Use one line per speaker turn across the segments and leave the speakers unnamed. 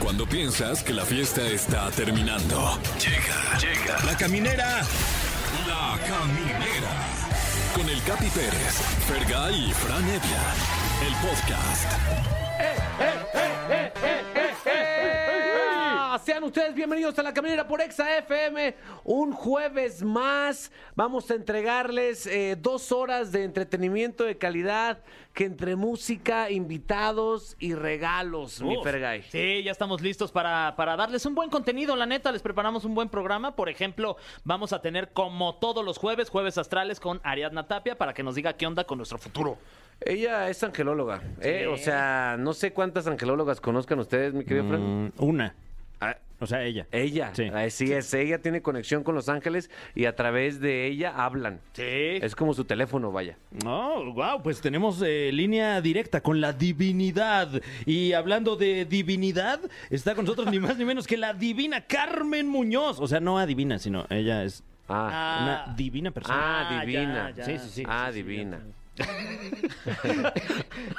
Cuando piensas que la fiesta está terminando. Llega, llega. La caminera. La caminera. Con el Capi Pérez, Fergay y Fran Evia. El podcast.
Ah, Sean ustedes bienvenidos a la caminera por Exa FM. Un jueves más vamos a entregarles eh, dos horas de entretenimiento de calidad que entre música, invitados y regalos, mi
Uf,
Fergay.
Sí, ya estamos listos para, para darles un buen contenido, la neta, les preparamos un buen programa. Por ejemplo, vamos a tener como todos los jueves, jueves astrales con Ariadna Tapia para que nos diga qué onda con nuestro futuro.
Ella es angelóloga, ¿eh? o sea, no sé cuántas angelólogas conozcan ustedes, mi querido Fran.
Mm, Una.
Ah,
O sea, ella.
Ella,
Sí.
así es, ella tiene conexión con los ángeles y a través de ella hablan.
Sí.
Es como su teléfono, vaya.
No, wow, pues tenemos eh, línea directa con la divinidad. Y hablando de divinidad, está con nosotros ni más ni menos que la divina Carmen Muñoz. O sea, no adivina, sino ella es
Ah,
Ah.
una divina persona.
Ah, divina.
Sí, sí, sí.
ah, divina.
Ah.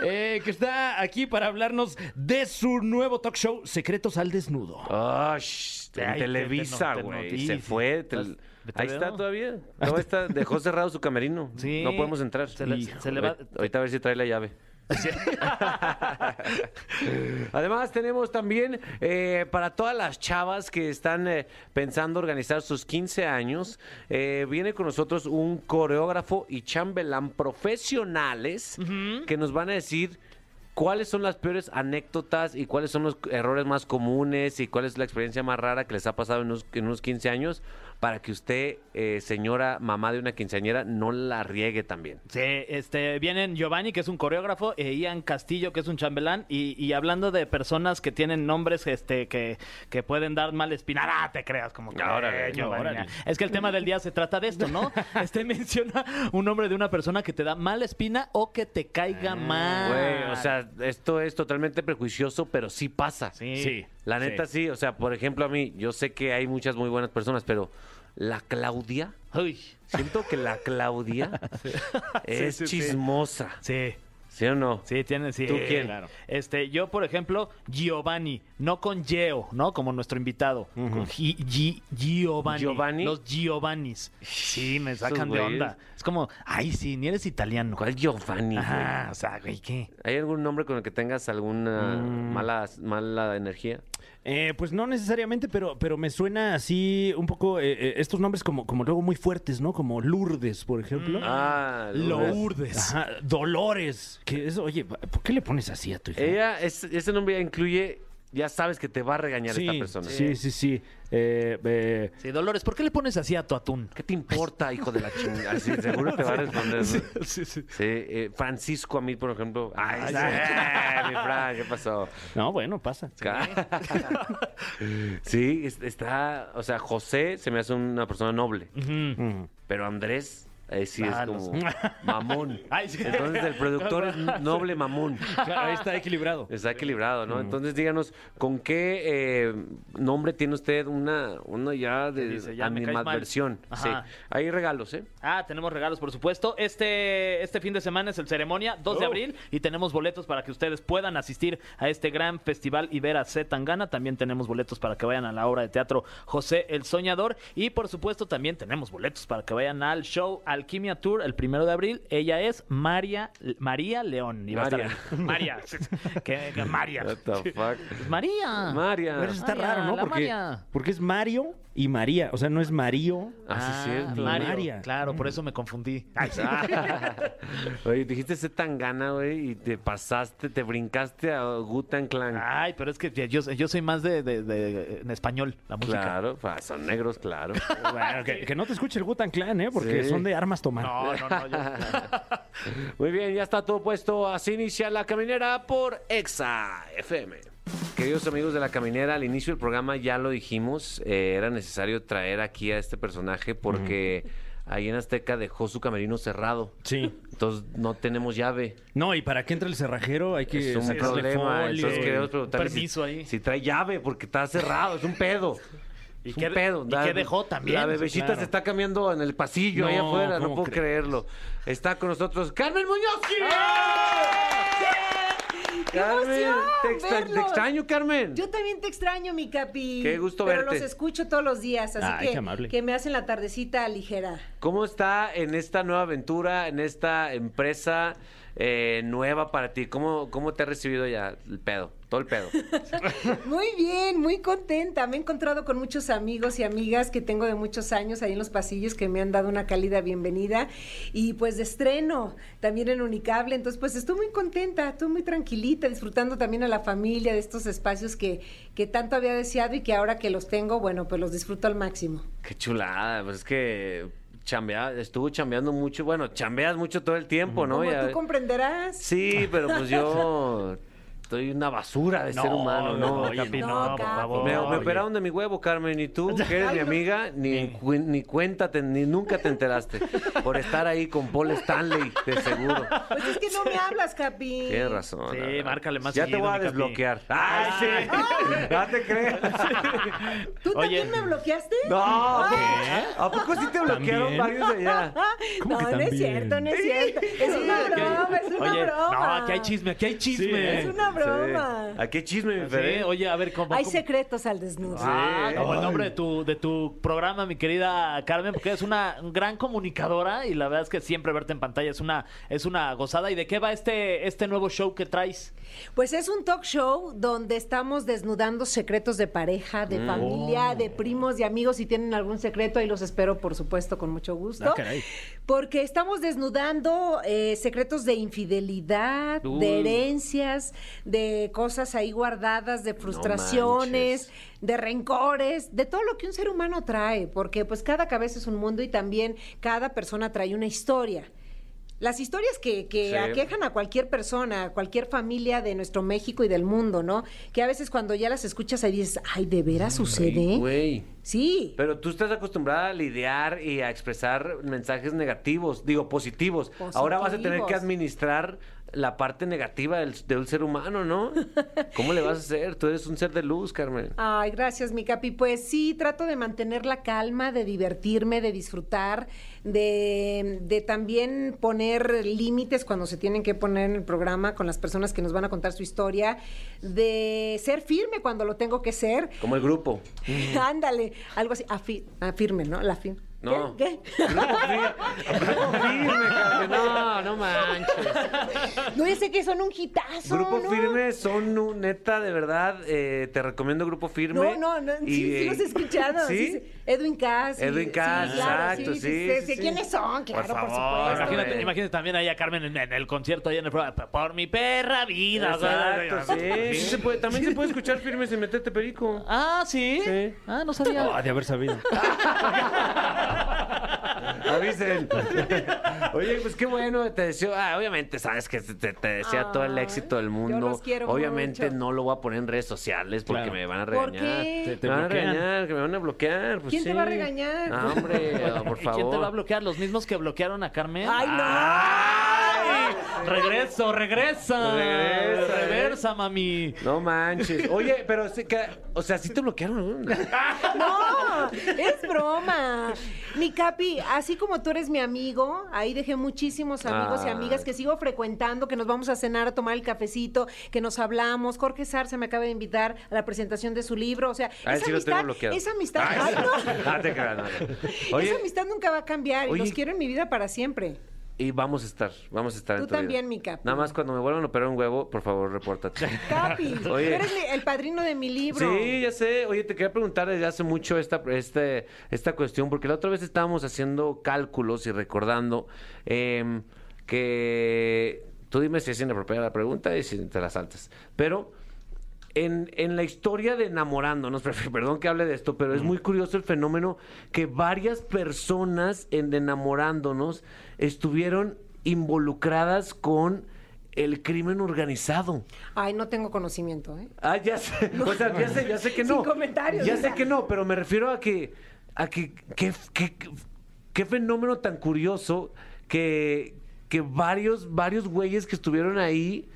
Eh, que está aquí para hablarnos de su nuevo talk show, Secretos al Desnudo.
Ah, sh- en
Ay, te-
Televisa,
te- te
güey.
noticia.
Se fue. te-
¿Estás- te
Ahí
veo?
está todavía. Todavía está. Dejó cerrado su camerino.
Sí.
No podemos entrar.
Se le-
Hijo,
se le va-
ahorita- Ahorita a ver si trae la llave. Además tenemos también eh, para todas las chavas que están eh, pensando organizar sus 15 años, eh, viene con nosotros un coreógrafo y chambelán profesionales que nos van a decir cuáles son las peores anécdotas y cuáles son los errores más comunes y cuál es la experiencia más rara que les ha pasado en unos, en unos 15 años para que usted, eh, señora mamá de una quinceañera, no la riegue también.
Sí, este, vienen Giovanni, que es un coreógrafo, e Ian Castillo, que es un chambelán, y, y hablando de personas que tienen nombres este, que, que pueden dar mal espinar, ah, te creas, como que
Órale,
eh, Giovanni,
órale.
Es que el tema del día se trata de esto, ¿no? Este menciona un nombre de una persona que te da mala espina o que te
Ah.
caiga mal.
Güey, o sea, esto es totalmente prejuicioso, pero sí pasa.
Sí.
Sí.
La neta sí. o sea, por ejemplo, a mí, yo sé que hay muchas muy buenas personas, pero la Claudia,
Uy.
siento que la Claudia es
Sí, sí, sí.
chismosa,
Sí.
¿sí o no?
Sí, tiene, sí.
¿Tú quién?
Claro. Este, yo, por ejemplo, Giovanni, no con Geo, ¿no? Como nuestro invitado. Con Gi- Gi- Giovanni.
¿Giovanni?
Los Giovannis. Sí, me
Esos
sacan de
güeyes.
onda. Es como, ay, sí, ni eres italiano.
¿Cuál Giovanni? güey?
Ajá, o sea, güey, ¿qué?
¿Hay algún nombre con el que tengas alguna mala, mala energía?
Eh, pues no necesariamente, pero, pero me suena así un poco eh, eh, estos nombres como, como luego muy fuertes, ¿no? Como Lourdes, por ejemplo.
Ah, Lourdes.
Lourdes.
Ajá, Dolores. Que es, oye, ¿por qué le pones así a tu hija?
Ella, es- ese nombre ya incluye, ya sabes que te va a regañar
sí,
esta persona.
Sí, sí, sí. Eh, eh,
Sí, Dolores, ¿por qué le pones así a tu atún?
¿Qué te importa, hijo de la chingada? Así, seguro te va a responder. ¿no? Sí,
Sí, sí.
eh, Francisco a mí, por ejemplo. Ay,
Ay,
sí, eh, mi Fran, ¿qué pasó?
no, bueno, pasa.
Sí, es- está, o sea, José se me hace una persona noble,
Ujú.
pero Andrés eh, sí
Ah,
es
los-
como mamón.
Ay, sí.
Entonces el productor es noble mamón.
Ahí está equilibrado.
Está equilibrado, ¿no? Entonces díganos, ¿con qué eh, nombre tiene usted una, una ya de
dice, ya me caes mal.
animadversión? Sí.
Ajá.
Hay regalos, ¿eh?
Ah, tenemos regalos, por supuesto. Este, este fin de semana es el ceremonia, 2 de
Oh.
abril, y tenemos boletos para que ustedes puedan asistir a este gran festival y ver a Z Tangana. También tenemos boletos para que vayan a la obra de teatro José el Soñador. Y por supuesto, también tenemos boletos para que vayan al show Alquimia Tour el primero de abril. Ella es María, María León. Y va a estar
María.
ahí. María. Que- que María.
What the fuck.
María.
María.
Pero eso está
María,
raro, ¿no?
la
Porque,
María.
porque es Mario y María. O sea, no es Mario.
Ah, sí, es cierto.
Mario.
María.
Claro, por eso me confundí.
Ah. Oye, dijiste ese tan gana, güey, y te pasaste, te brincaste a Gutan Clan.
Ay, pero es que yo, yo soy más de, de- de- en español, la música.
claro, pa, son negros, claro.
Bueno, que, que no te escuche el Gutan Clan, ¿eh? Porque
Ah, Sí.
son de armas tomar.
No, no, no. yo-
Muy bien, ya está todo puesto. Así inicia la caminera por Exa FM. Queridos amigos de la caminera, al inicio del programa ya lo dijimos, eh, era necesario traer aquí a este personaje porque ahí en Azteca dejó su camerino cerrado.
Sí.
Entonces no tenemos llave.
No, y para que entre el cerrajero hay que
es un
sacarle
problema.
folio.
Entonces queremos preguntarle
permiso
si,
ahí.
si trae llave, porque está cerrado, es un pedo.
¿Y
Es
qué-
un pedo.
y
Da-
qué dejó también?
La bebecita
Claro.
se está cambiando en el pasillo, ahí
No,
afuera, no
¿cómo
puedo
crees?
creerlo. Está con nosotros Carmen Muñoz. ¡Ah! Carmen, te, extra- te
verlos!
extraño, Carmen.
Yo también te extraño, mi capi.
Qué gusto
pero
verte.
los escucho todos los días, así
Ay, qué amable.
que, que me hacen la tardecita ligera.
¿Cómo está en esta nueva aventura, en esta empresa eh, nueva para ti? ¿Cómo, ¿Cómo te ha recibido ya el pedo? Todo el pedo.
Muy bien, muy contenta. Me he encontrado con muchos amigos y amigas que tengo de muchos años ahí en los pasillos que me han dado una cálida bienvenida. Y pues de estreno, también en Unicable. Entonces, pues estoy muy contenta, estoy muy tranquilita, disfrutando también a la familia de estos espacios que, que tanto había deseado y que ahora que los tengo, bueno, pues los disfruto al máximo.
Qué chulada, pues es que chambea, estuvo chambeando mucho, bueno, chambeas mucho todo el tiempo, ¿no?
Como
Ya-
tú comprenderás.
sí, pero pues yo estoy una basura de ser humano, ¿no?
oye,
Capi,
no,
no, por
Capi.
favor.
Me, me
Oye.
operaron de mi huevo, Carmen, y tú, que eres mi amiga, ni, cuen- ni cuenta, te- ni nunca te enteraste por estar ahí con Paul Stanley, de seguro.
Pues es que no me hablas, Capi.
Tienes razón.
Sí,
la verdad.
márcale más
Ya te
seguido,
voy a
mi capi.
desbloquear. ¡Ay, sí! ¡No te creas!
¿Tú
Oye.
también me bloqueaste?
¡No!
Ah,
¿A poco sí te bloquearon
¿También?
varios de allá?
¿Cómo
no,
que
no es
también?
cierto, no es cierto. Es una
Oye,
broma, es una
oye,
broma.
No, aquí hay chisme, aquí hay chisme.
Es una broma.
Sí. ¿A ¿eh? Ah, qué chisme, mi
Sí,
Fede?
oye, a ver, ¿cómo?
Hay
cómo-
secretos al desnudo.
Ah,
Sí.
como el nombre de tu, de tu programa, mi querida Carmen, porque es una gran comunicadora y la verdad es que siempre verte en pantalla es una, es una gozada. ¿Y de qué va este, este nuevo show que traes?
Pues es un talk show donde estamos desnudando secretos de pareja, de familia, de primos, de amigos. Si tienen algún secreto, ahí los espero, por supuesto, con mucho gusto.
Ah, caray.
Porque estamos desnudando eh, secretos de infidelidad,
Uy.
de herencias, de cosas ahí guardadas, de frustraciones,
manches.
de rencores, de todo lo que un ser humano trae. Porque pues cada cabeza es un mundo y también cada persona trae una historia. Las historias que, que
Sí.
aquejan a cualquier persona, a cualquier familia de nuestro México y del mundo, ¿no? Que a veces cuando ya las escuchas ahí dices, ay, ¿de veras sucede?
Güey.
Sí.
Pero tú estás acostumbrada a lidiar y a expresar mensajes negativos, digo, positivos. Ahora vas a tener que
Positivos.
administrar la parte negativa del, del ser humano, ¿no? ¿Cómo le vas a hacer? Tú eres un ser de luz, Carmen.
Ay, gracias, mi capi. Pues sí, trato de mantener la calma, de divertirme, de disfrutar, de, de también poner límites cuando se tienen que poner en el programa con las personas que nos van a contar su historia, de ser firme cuando lo tengo que ser.
Como el grupo.
Ándale, algo así, afi- afirme, ¿no? La fin.
No.
¿Qué? ¿Qué?
Grupo firme. Grupo firme, Carmen. No, no manches.
No, ya sé que son un hitazo.
Grupo
¿no?
Firme son, nu- neta, de verdad, eh, te recomiendo Grupo Firme.
No, no, no
Y,
sí, sí los he
eh,
escuchado.
¿Sí?
sí, sí. Edwin Cass. y-
Edwin
sí,
Cass,
claro,
exacto, sí.
sé-
sí,
sé
sí.
¿Quiénes son? Claro, por,
favor,
supuesto.
Imagínate,
güey.
imagínate también ahí a Carmen en, en el concierto, ahí en el programa. Por mi perra vida.
Exacto, sí. Sí se puede- también se puede escuchar firme sin meterte perico.
Ah, ¿sí?
Sí.
Ah, no sabía.
Ah, de haber sabido.
Avisen. Oye, pues qué bueno, te deseo. Ah, obviamente, sabes que te, te desea todo el
Ay,
éxito del
yo
mundo.
los quiero
obviamente
mucho.
no lo voy a poner en redes sociales porque
Claro.
me van a
¿Por
regañar.
qué? Te-
te
me van a
bloquean.
regañar, que me van a bloquear. pues
¿Quién te va a
sí.
regañar?
No, hombre, oh, por
¿Y
favor.
¿Quién te va a bloquear? ¿Los mismos que bloquearon a Carmen?
Ay, no.
¡Ay! Regreso,
Regresa,
regresa.
¿eh?
Reversa, mami.
No manches. Oye, pero sí que, o sea, sí te bloquearon. ¿no?
No, es broma. Mi Capi, así como tú eres mi amigo, ahí dejé muchísimos amigos y
Ah.
amigas que sigo frecuentando, que nos vamos a cenar a tomar el cafecito, que nos hablamos. Jorge Sarza me acaba de invitar a la presentación de su libro. O sea,
A él
esa
Ah, sí lo tengo
amistad,
bloqueado.
esa amistad,
Ay,
ay, no.
Ah, te creas, no, no. Oye,
esa amistad nunca va a cambiar y
Oye.
los quiero en mi vida para siempre.
y vamos a estar, vamos a estar
Tú
en tu vida.
también, mi capo.
Nada más cuando me vuelvan a operar un huevo, por favor, repórtate.
Capi, tú
Oye.
eres mi- el padrino de mi libro.
Sí, ya sé. Oye, te quería preguntar desde hace mucho esta, este, esta cuestión, porque la otra vez estábamos haciendo cálculos y recordando eh, que tú dime si es inapropiada la pregunta y si te la saltas. Pero en, en la historia de enamorándonos, per- perdón que hable de esto, pero es muy curioso el fenómeno que varias personas en enamorándonos estuvieron involucradas con el crimen organizado.
Ay, no tengo conocimiento, ¿eh?
Ah, ya sé. O sea, ya sé, ya sé que
Sin
no.
comentarios,
Ya
o
sé
sea.
que no, pero me refiero a que. a que. qué fenómeno tan curioso que. que varios, varios güeyes que estuvieron ahí.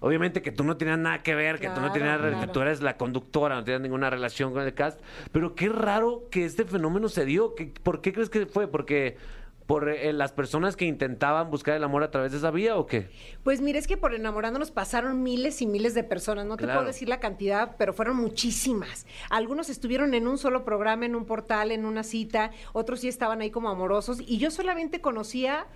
Obviamente que tú no tenías nada que ver, que tú no
Claro,
tenías, que
claro.
tú eres la conductora, no tenías ninguna relación con el cast, pero qué raro que este fenómeno se dio. que- ¿Por qué crees que fue? Porque por eh, las personas que intentaban buscar el amor a través de esa vía o qué?
Pues mira, es que por enamorándonos pasaron miles y miles de personas. No te
Claro.
puedo decir la cantidad, pero fueron muchísimas. Algunos estuvieron en un solo programa, en un portal, en una cita. Otros sí estaban ahí como amorosos. Y yo solamente conocía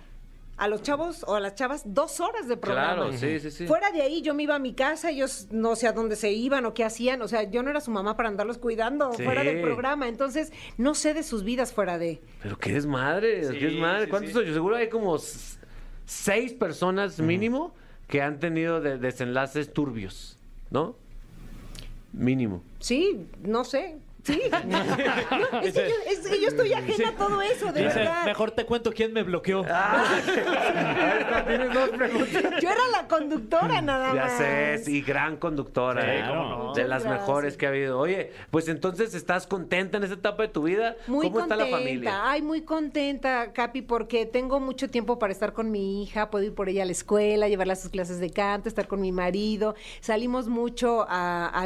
a los chavos o a las chavas dos horas de programa.
Claro, sí, sí, sí.
Fuera de ahí yo me iba a mi casa, ellos no sé a dónde se iban o qué hacían, o sea, yo no era su mamá para andarlos cuidando
Sí.
fuera del programa, entonces no sé de sus vidas fuera de.
Pero qué desmadre,
Sí,
qué desmadre.
sí,
¿Cuántos
sí.
hoyos? Seguro hay como s- seis personas mínimo que han tenido de- desenlaces turbios, ¿no? Mínimo.
Sí, no sé. Sí. No, es, que yo, es que yo estoy ajena a todo eso, de
Dice,
verdad.
mejor te cuento quién me bloqueó.
Ah, Ahí está, tienes dos preguntas.
Ah. Yo era la conductora nada
Ya
más.
sé, y gran conductora.
Sí,
¿eh?
cómo no.
De las
Muchas
mejores
gracias.
que ha habido. Oye, pues entonces estás contenta en esta etapa de tu vida.
Muy
¿Cómo
contenta,
está la familia?
ay, muy contenta, Capi, porque tengo mucho tiempo para estar con mi hija, puedo ir por ella a la escuela, llevarla a sus clases de canto, estar con mi marido, salimos mucho a, a-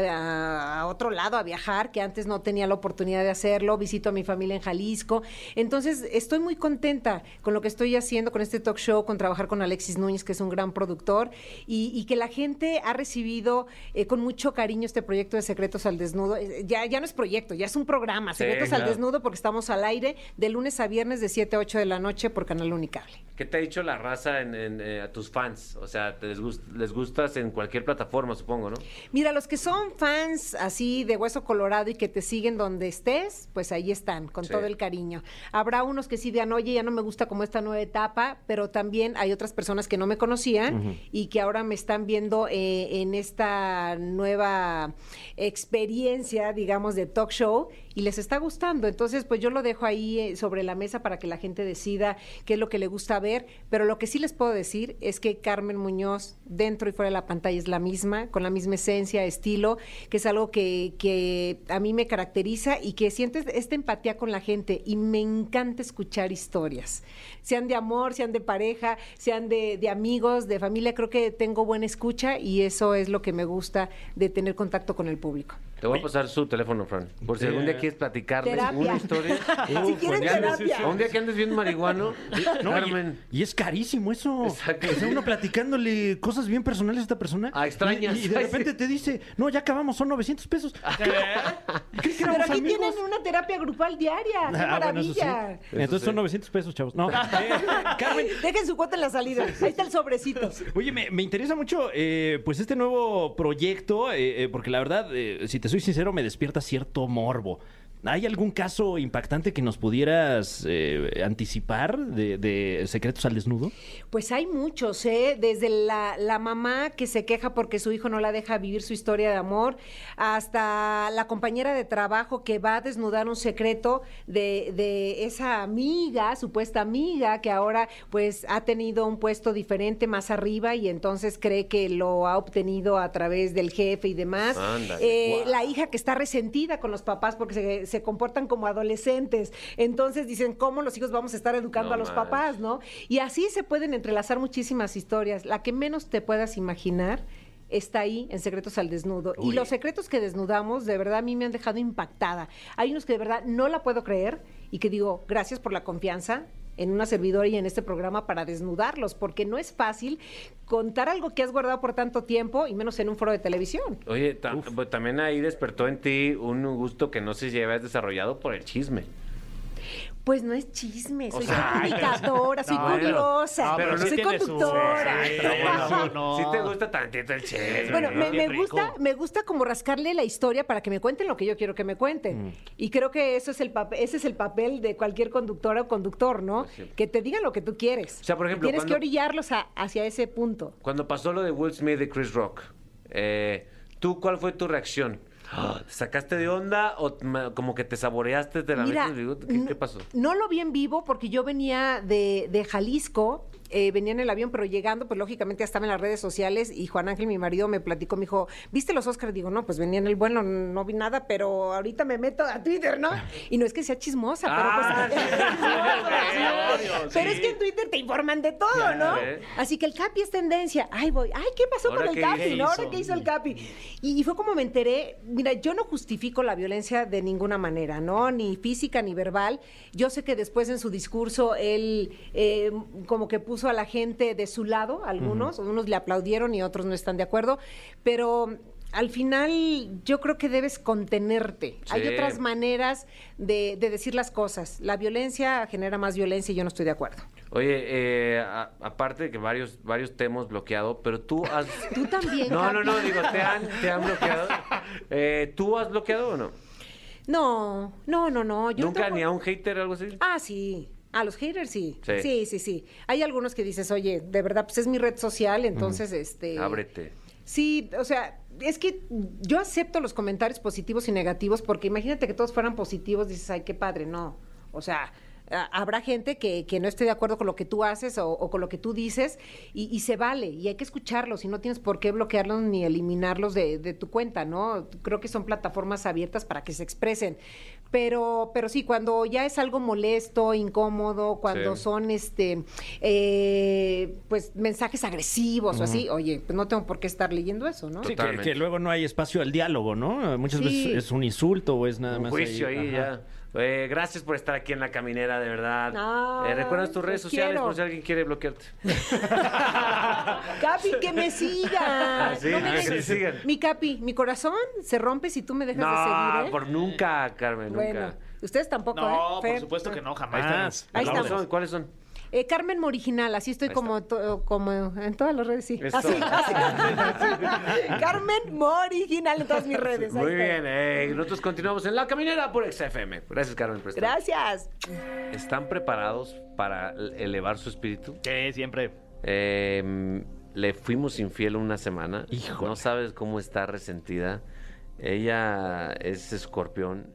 a otro lado a viajar, que antes no tenía la oportunidad de hacerlo, visito a mi familia en Jalisco, entonces estoy muy contenta con lo que estoy haciendo, con este talk show, con trabajar con Alexis Núñez, que es un gran productor, y, y que la gente ha recibido eh, con mucho cariño este proyecto de Secretos al Desnudo, Eh, ya, ya no es proyecto, ya es un programa,
Sí,
Secretos al
claro.
Desnudo desnudo porque estamos al aire de lunes a viernes de 7 a 8 de la noche por Canal Unicable.
¿Qué te ha dicho la raza en, en, eh, a tus fans? O sea, te les, gust- les gustas en cualquier plataforma, supongo, ¿no?
Mira, los que son fans así de hueso colorado y que te siguen donde estés, pues ahí están, con
Sí.
todo el cariño. Habrá unos que sí digan, oye, ya no me gusta como esta nueva etapa, pero también hay otras personas que no me conocían y que ahora me están viendo eh, en esta nueva experiencia, digamos, de talk show y les está gustando. Entonces, pues yo lo dejo ahí eh, sobre la mesa para que la gente decida qué es lo que le gusta ver, pero lo que sí les puedo decir es que Carmen Muñoz, dentro y fuera de la pantalla, es la misma, con la misma esencia, estilo, que es algo que, que a mí me caracteriza y que sientes esta empatía con la gente y me encanta escuchar historias, sean de amor, sean de pareja, sean de, de amigos, de familia, creo que tengo buena escucha y eso es lo que me gusta de tener contacto con el público.
Te voy a pasar su teléfono, Fran. Por si algún día quieres platicarles
Terapia.
una historia.
Si quieren
un día andes-
terapia.
Un día que andes bien marihuano,
No,
Carmen.
Y, y es carísimo eso.
Exacto.
O sea, uno platicándole cosas bien personales a esta persona.
Ah, extrañas.
Y, y de
Ay, sí.
repente
Ah,
te dice, no, ya acabamos, son 900 pesos. ¿Crees que
Pero
éramos
aquí
amigos?
tienen una terapia grupal diaria. ¡Qué
Ah, bueno, eso sí.
maravilla!
Entonces son 900 pesos, chavos. No, eh, Carmen,
Dejen su cuota en la salida. Ahí está el sobrecito.
Oye, me, me interesa mucho eh, pues este nuevo proyecto, eh, eh, porque la verdad, eh, si te soy sincero, me despierta cierto morbo. ¿Hay algún caso impactante que nos pudieras eh, anticipar de, de secretos al desnudo?
Pues hay muchos, ¿eh? Desde la, la mamá que se queja porque su hijo no la deja vivir su historia de amor, hasta la compañera de trabajo que va a desnudar un secreto de, de esa amiga, supuesta amiga, que ahora pues ha tenido un puesto diferente más arriba y entonces cree que lo ha obtenido a través del jefe y demás.
Ándale,
Eh,
guau.
La hija que está resentida con los papás porque se, se comportan como adolescentes. Entonces dicen, ¿cómo los hijos vamos a estar educando
No
a los
manches.
papás? ¿no? Y así se pueden entrelazar muchísimas historias. La que menos te puedas imaginar está ahí en Secretos al Desnudo. Y los secretos que desnudamos, de verdad, a mí me han dejado impactada. Hay unos que de verdad no la puedo creer y que digo, gracias por la confianza en una servidora y en este programa para desnudarlos, porque no es fácil contar algo que has guardado por tanto tiempo y menos en un foro de televisión.
Oye, ta- pues también ahí despertó en ti un gusto que no sé si habías desarrollado por el chisme.
Pues no es chisme, soy
sea,
comunicadora, soy
no, pero-
curiosa,
no, pero sí
soy
tiene su-
conductora.
Sí, pero bueno, no.
Sí te gusta tantito el chisme.
Bueno,
¿no?
me, me
Bien rico.
gusta, me gusta como rascarle la historia para que me cuenten lo que yo quiero que me
Mm.
cuenten. Y creo que eso es el pap- ese es el papel de cualquier conductora o conductor, ¿no?
Pues sí.
Que te digan lo que tú quieres.
O sea, por
Y
ejemplo,
tienes
cuando-
que orillarlos a- hacia ese punto.
Cuando pasó lo de Will Smith y Chris Rock, eh, ¿tú cuál fue tu reacción? Ah, ¿Sacaste de onda o t- ma- como que te saboreaste de la
Mira,
neta? Digo, ¿Qué,
no-
qué pasó?
No lo vi en vivo porque yo venía de, de Jalisco eh, venía en el avión, pero llegando, pues lógicamente ya estaba en las redes sociales y Juan Ángel, mi marido, me platicó, me dijo, ¿viste los Oscars? Digo, no, pues venía en el vuelo, no vi nada, pero ahorita me meto a Twitter, ¿no? Y no es que sea chismosa,
Ah,
pero pues...
sí.
Sí,
Obvio,
pero
sí.
es que en Twitter te informan de todo,
Claro.
¿no? Así que el Capi es tendencia. Ay, voy, ay, ¿qué pasó
¿Ahora
con
qué
el Capi?
hizo?
¿no? ¿Ahora qué hizo el Capi? Y, y fue como me enteré, mira, yo no justifico la violencia de ninguna manera, ¿no? Ni física ni verbal. Yo sé que después en su discurso él eh, como que puso a la gente de su lado, algunos, unos le aplaudieron y otros no están de acuerdo, pero... Al final, yo creo que debes contenerte. Hay
Sí.
otras maneras de, de decir las cosas. La violencia genera más violencia y yo no estoy de acuerdo.
Oye, eh, a- aparte de que varios, varios te hemos bloqueado, pero tú has...
Tú también.
No, no,
Capi.
no, digo, te han, te han bloqueado. Eh, ¿Tú has bloqueado o no?
No, no, no, no. Yo no
¿Nunca
tengo-
ni a un hater o algo así?
Ah, sí. A los haters sí.
Sí.
sí. Sí, sí, Hay algunos que dices, oye, de verdad, pues es mi red social, entonces, este...
Ábrete.
Sí, o sea, es que yo acepto los comentarios positivos y negativos porque imagínate que todos fueran positivos, dices, ay, qué padre, no. O sea, a- habrá gente que, que no esté de acuerdo con lo que tú haces o, o con lo que tú dices y, y se vale y hay que escucharlos y no tienes por qué bloquearlos ni eliminarlos de, de tu cuenta, ¿no? Creo que son plataformas abiertas para que se expresen. Pero, pero sí, cuando ya es algo molesto, incómodo, cuando
Sí.
son son, este eh, pues mensajes agresivos o así, oye, pues no tengo por qué estar leyendo eso, ¿no?
Sí, que,
Totalmente.
que luego no hay espacio al diálogo, ¿no? Eh, Muchas
Sí.
veces es un insulto o es nada
Un
más.
juicio ahí, ya.
ajá.
Eh, gracias por estar aquí en La Caminera, de verdad.
Ah,
Eh, Recuerda tus
los
redes sociales
quiero.
por si alguien quiere bloquearte.
Capi, que me sigan.
Ah, sí,
No me
ah, que
dejes-
te sigan.
Mi Capi, mi corazón se rompe si tú me dejas de seguir.
No,
¿eh?
por nunca, Carmen,
Bueno,
nunca.
ustedes tampoco, ¿eh?
No, por
Fer.
supuesto que no,
Ahí
jamás.
estamos.
Ahí
¿Cuáles
estamos.
son? ¿Cuáles son?
Eh, Carmen Moriginal, así estoy
Ahí
como, to- como en todas las redes, sí.
Eso.
Así, así. Carmen Moriginal en todas mis redes. Pues ahí
Muy
estoy.
bien, eh, nosotros continuamos en La Caminera por XFM. Gracias, Carmen, por estar.
Gracias.
¿Están preparados para elevar su espíritu?
Sí, siempre.
Eh, le fuimos infiel una semana. Hijo. No sabes cómo está resentida. Ella es escorpión.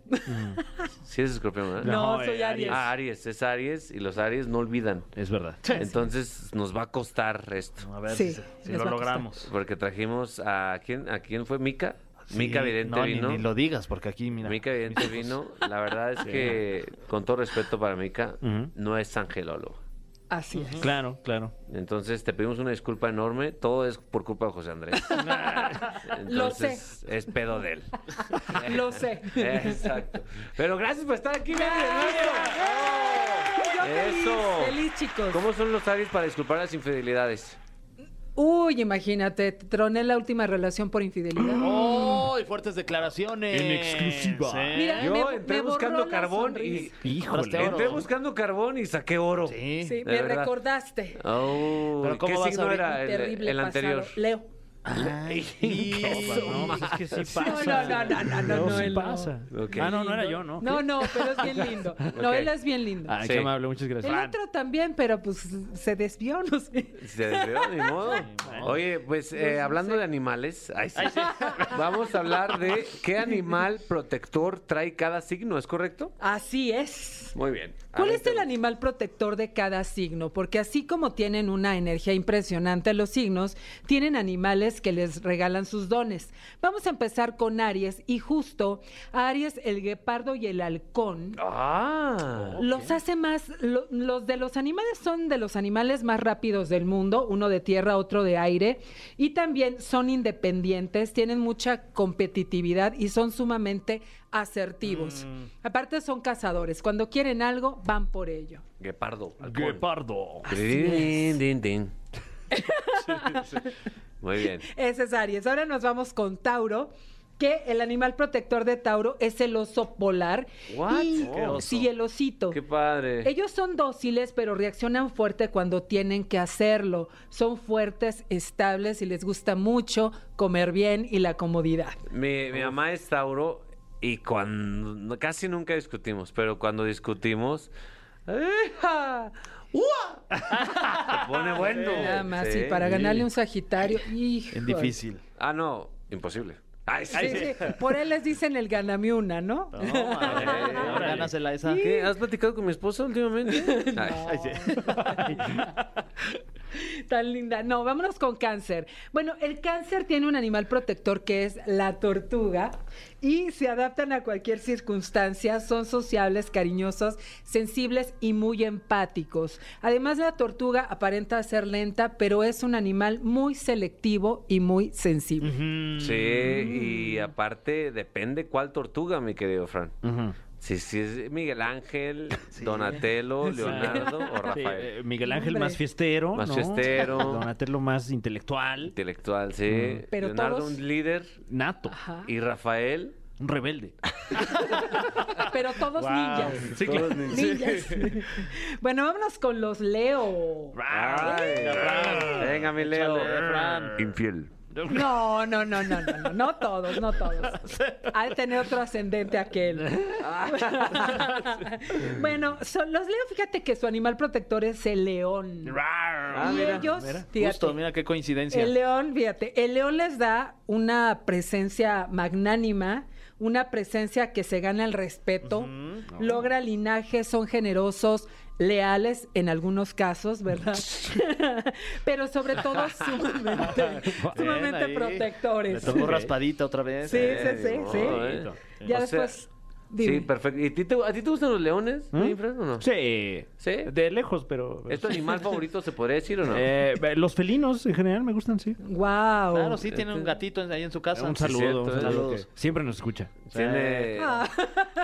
Sí es escorpión, ¿verdad?
Mm. No,
No,
soy
eh,
Aries.
Ah, Aries, es Aries y los Aries no olvidan.
Es verdad.
Entonces nos va a costar esto.
A ver
Sí,
si, si
les
lo
va a
logramos.
Porque trajimos a quién, a quién fue Mica. Mica
Sí,
Vidente
no, ni-
vino.
Ni, lo digas, porque aquí, mira.
Mica Vidente vino. La verdad es que, con todo respeto para Mica,
Ujú.
no es angelólogo.
Así es.
Claro, claro.
Entonces te pedimos una disculpa enorme. Todo es por culpa de José Andrés.
Lo sé.
Entonces es pedo de él.
Lo sé.
eh, Exacto. Pero gracias por estar aquí, Meli,
Yo feliz,
Eso.
feliz, chicos.
¿Cómo son los Aries para disculpar las infidelidades?
Uy, imagínate, te troné la última relación por infidelidad.
Mm.
¡Oh! Y fuertes declaraciones.
En exclusiva.
Sí.
Mira,
Yo
me-
entré
me borró
buscando
la
carbón y
sonrisa. este
Híjole.
Traste oro.
entré buscando carbón y saqué oro.
Sí.
Sí,
de
me
verdad.
recordaste.
Oh,
Pero ¿cómo vas
¿Qué signo era
ahorita?
el,
terrible
el
pasado.
anterior?
Leo.
Eso,
No, pues es que sí
No,
pasa.
no, no, no, no, no,
sí
él no.
pasa.
Ok.
Ah, no, no era yo, ¿no?
No, no, pero es bien lindo. No,
Ok. Ah, pues
él es bien lindo.
Ay,
Sí.
qué amable, muchas
El
gracias.
otro también, pero pues se desvió, no sé.
Se desvió, ni modo. Oye, pues eh, hablando de animales, ay, sí. vamos a hablar de qué animal protector trae cada signo, ¿es correcto?
Así es.
Muy bien.
¿Cuál
A ver,
es el
te-
animal protector de cada signo? Porque así como tienen una energía impresionante los signos, tienen animales que les regalan sus dones. Vamos a empezar con Aries y justo Aries, el guepardo y el halcón.
Ah.
Los hace más, lo- los de los animales son de los animales más rápidos del mundo, uno de tierra, otro de aire, y también son independientes, tienen mucha competitividad y son sumamente asertivos.
Mm.
Aparte son cazadores, cuando quieren algo van por ello.
Guepardo. halcón.
Guepardo.
Din, din, din. Muy bien.
Ese es Aries. Ahora nos vamos con Tauro, que el animal protector de Tauro es el oso polar.
What? Oh,
Y,
¿Qué oso?
sí, el osito.
Qué padre.
Ellos son dóciles, pero reaccionan fuerte cuando tienen que hacerlo. Son fuertes, estables y les gusta mucho comer bien y la comodidad.
Mi, mi mamá es Tauro y cuando no- casi nunca discutimos, pero cuando discutimos ¡Eja! ¡Ua! Se pone bueno.
Nada más,
Ah, Sí.
y para ganarle un Sagitario, hijo.
Es difícil.
Ah, no, imposible. Ay, sí.
Sí, sí, Por él les dicen el ganamiuna, ¿no?
eh,
madre.
Ahora gánasela esa.
¿Qué? ¿Has platicado con mi esposa últimamente? Ay,
Ay, sí.
Tan linda. No, vámonos con cáncer. Bueno, el cáncer tiene un animal protector que es la tortuga y se adaptan a cualquier circunstancia, son sociables, cariñosos, sensibles y muy empáticos. Además, la tortuga aparenta ser lenta, pero es un animal muy selectivo y muy sensible.
Mm,
Sí, y aparte depende cuál tortuga, mi querido Fran. Si si es Miguel Ángel, Donatello, Leonardo o
Sí,
Rafael.
eh, Miguel Ángel
Hombre.
más fiestero.
Más
¿no?
fiestero.
Donatello más intelectual.
Intelectual, sí.
Pero
Leonardo
todos- Ah.
un líder
Nato.
Ajá.
y Rafael
Un rebelde.
Pero todos
Wow.
ninjas.
Sí, claro.
Ninjas. bueno, vámonos con los Leo.
Ay, venga, mi Leo.
Échale, Fran.
Infiel.
No, no, no, no, no, no, no todos, no todos. Ha de tener otro ascendente aquel. bueno, son los Leo, fíjate que su animal protector es el león. y ellos, fíjate,
Justo, Ah, mira qué coincidencia.
el león, fíjate, el león les da una presencia magnánima, una presencia que se gana el respeto, logra linaje, son generosos, leales en algunos casos, ¿verdad? Pero sobre todo sumamente, sumamente
Bien, ahí.
protectores.
Le tocó raspadita otra vez.
Sí,
Eh,
sí, sí,
digo,
sí.
no, eh.
Ya
O sea,
después.
Sí,
dime.
perfecto. ¿Y a ti te- a ti te gustan los leones, mi Fran, o no?
¿Mm? Sí.
Sí.
De lejos, pero.
¿Es tu animal favorito, se podría decir o no?
Eh, los felinos en general me gustan, sí.
Wow.
Claro, sí, tiene un gatito ahí en su casa.
Un
Sí,
saludo.
cierto,
un
eh.
saludo que
Saludos.
siempre nos escucha.
Tiene.
Ah.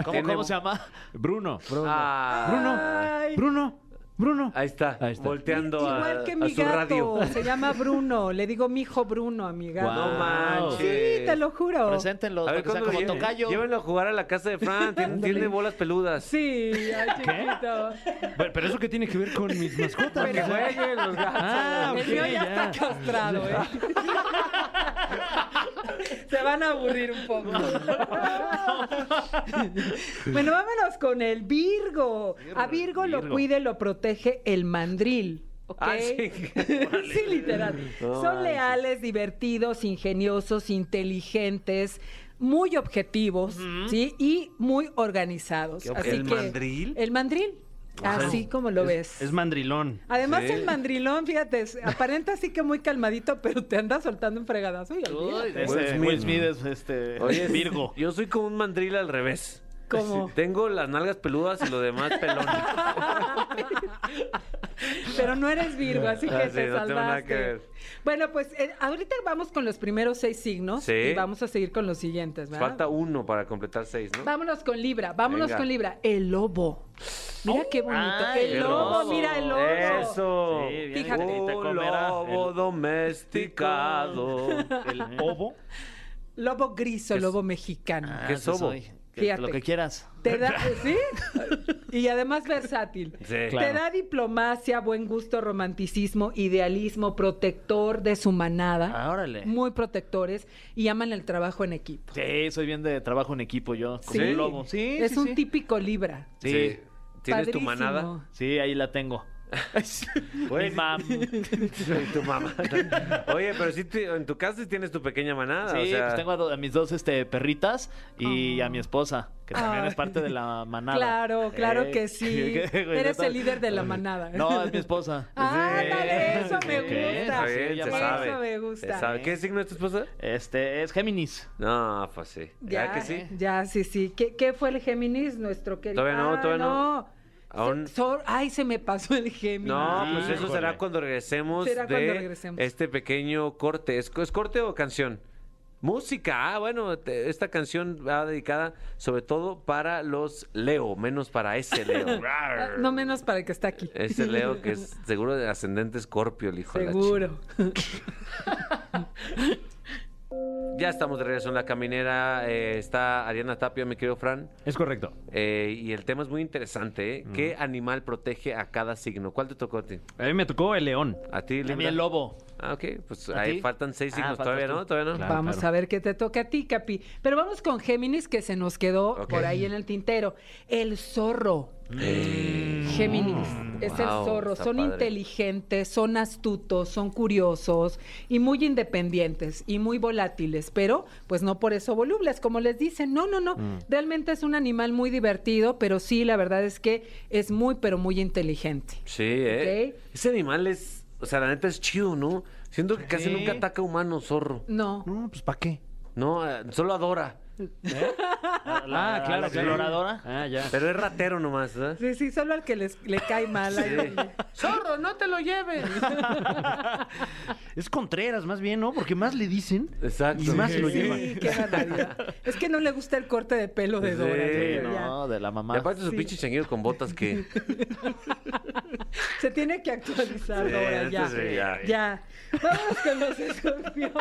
¿Cómo,
Tiene-
cómo se llama?
Bruno. Bruno.
Ah.
Bruno. Bruno. Bruno.
Ahí está,
Ahí está.
volteando a,
Igual que
a
mi
su
gato,
radio.
se llama Bruno. Le digo mi hijo Bruno a mi gato.
No
Wow.
manches.
Sí, te lo juro.
Preséntenlo
A
para
ver,
que sean
¿cuándo
como
lleven?
tocayo.
Llévenlo a jugar a la casa de Fran. Tiene, tiene bolas peludas.
Sí, ay, chiquito.
Pero, pero eso que tiene que ver con mis mascotas.
Para que
O sea,
jueguen los gatos.
Ah, ok,
El mío ya,
ya.
está castrado, ¿eh? Se van a aburrir un poco. bueno, vámonos con el Virgo. A Virgo, lo
Virgo.
cuide, lo protege el mandril. ¿ok?
Ah, sí.
Sí, literal.
No
Son
manches.
leales, divertidos, ingeniosos, inteligentes, muy objetivos, ¿sí? Y muy organizados.
¿Qué
Así
obje- ¿El
que-
mandril?
El mandril. Así como lo ves.
Es mandrilón.
Además,
Sí.
el mandrilón, fíjate, es- aparenta así que muy calmadito, pero te anda soltando un fregadazo y olvídate.
Ese
Will Smith.
Will Smith es este,
Oye,
Virgo.
Yo soy como un mandril al revés.
¿Cómo?
Tengo las nalgas peludas y lo demás pelón.
Pero no eres Virgo, así que
Ah, sí, no
te
tengo
salvaste.
nada que ver.
Bueno, pues eh, ahorita vamos con los primeros seis signos
Sí.
y vamos a seguir con los siguientes, ¿verdad?
Falta uno para completar seis, ¿no?
Vámonos con Libra, vámonos
Venga. Oh,
con Libra. El lobo. Mira qué bonito.
ay,
el
Qué
lobo,
hermoso.
mira el lobo.
Eso.
Sí, bien,
Fíjate.
y te
Un
comerá
lobo
el-
domesticado.
El obo.
Lobo gris o
es-
lobo mexicano.
Ah,
¿Qué
eso
sobo?
soy. Que-
Fíjate.
Lo que quieras.
Te da, ¿sí? Y además versátil.
Sí.
Te da diplomacia, buen gusto, romanticismo, idealismo, protector de su manada.
Ah, órale.
Muy protectores y aman el trabajo en equipo.
Sí, soy bien de trabajo en equipo yo. Como
Sí.
un lobo. Sí,
es
sí,
un
sí.
típico Libra.
Sí.
Sí. ¿Tienes tu
Padrísimo.
manada?
Sí, ahí la tengo. Mi mam.
Soy tu mamá. Oye, pero sí te- en tu casa sí tienes tu pequeña manada.
Sí,
o sea,
pues tengo a, do- a mis dos este, perritas y a mi esposa, que también
Ay.
es parte de la manada.
Claro, claro que sí.
qué- qué güey,
Eres
no,
el líder de la manada.
No, es mi esposa.
Ah, dale, eso me
Ok,
gusta.
Está
sí,
bien,
ella
se
me-
sabe.
Eso me
se
gusta. ¿eh?
sabe. ¿Qué signo es tu esposa?
Este, es Géminis.
No, pues sí.
Ya, eh,
¿Ya que sí?
ya, sí, sí. ¿Qué, qué fue el Géminis, nuestro querido?
Todavía no,
Ah,
todavía no. Aún-
Se- sor- Ay, se me pasó el Géminis.
No, pues eso
Híjole.
será cuando regresemos
Será
de
cuando regresemos.
este pequeño corte. ¿Es, es corte o canción? Música. Ah, bueno, te- esta canción va dedicada sobre todo para los Leo, menos para ese Leo.
Ah, No menos para el que está aquí.
ese Leo que es seguro de ascendente escorpio, el hijo de la chi-
Seguro.
Ya estamos de regreso en la caminera. eh, está Ariana Tapia, mi querido Fran.
Es correcto.
Eh, y el tema es muy interesante. ¿eh? ¿Qué animal protege a cada signo? ¿Cuál te tocó a ti?
A mí me tocó el león.
A ti,
A mí
Linda?
el lobo.
Ah, ok. Pues
¿A
ahí
ti?
faltan seis
Ah,
signos.
faltas
Todavía
tú.
no, todavía no.
Claro,
vamos
claro.
a ver qué te toca a ti, Capi. Pero vamos con Géminis, que se nos quedó
Ok.
por ahí en el tintero. El zorro. Mm. Géminis, es
Eh, Mm, wow,
el zorro,
está
son
padre.
inteligentes, son astutos, son curiosos y muy independientes y muy volátiles, pero pues no por eso volubles, como les dicen, no, no, no,
Mm.
realmente es un animal muy divertido, pero sí, la verdad es que es muy, pero muy inteligente.
Sí, ¿eh?
Ok.
Ese animal es o sea, la neta es chido, ¿no? Siento que casi
Sí.
nunca ataca a humano zorro,
No.
No, pues ¿para qué?
¿no? Eh, Solo adora.
Ah,
Ah, claro,
la exploradora.
Ah, ya.
Pero es ratero nomás, ¿eh? ¿verdad?
Sí, sí, solo al que les, le cae mal. ahí.
¡Zorro, no te lo lleves!
Es Contreras, más bien, ¿no? Porque más le dicen.
Exacto.
Y más se lo
Sí.
lleva.
Sí, qué barbaridad. Es que no le gusta el corte de pelo de
Sí,
Dora. yo
Sí,
creo, ya.
no, de la mamá.
Y aparte sus pinches changuillos con botas que...
Se tiene que actualizar
Sí,
Dora, ya.
entonces, ya.
Ya. Vamos con los escorpión.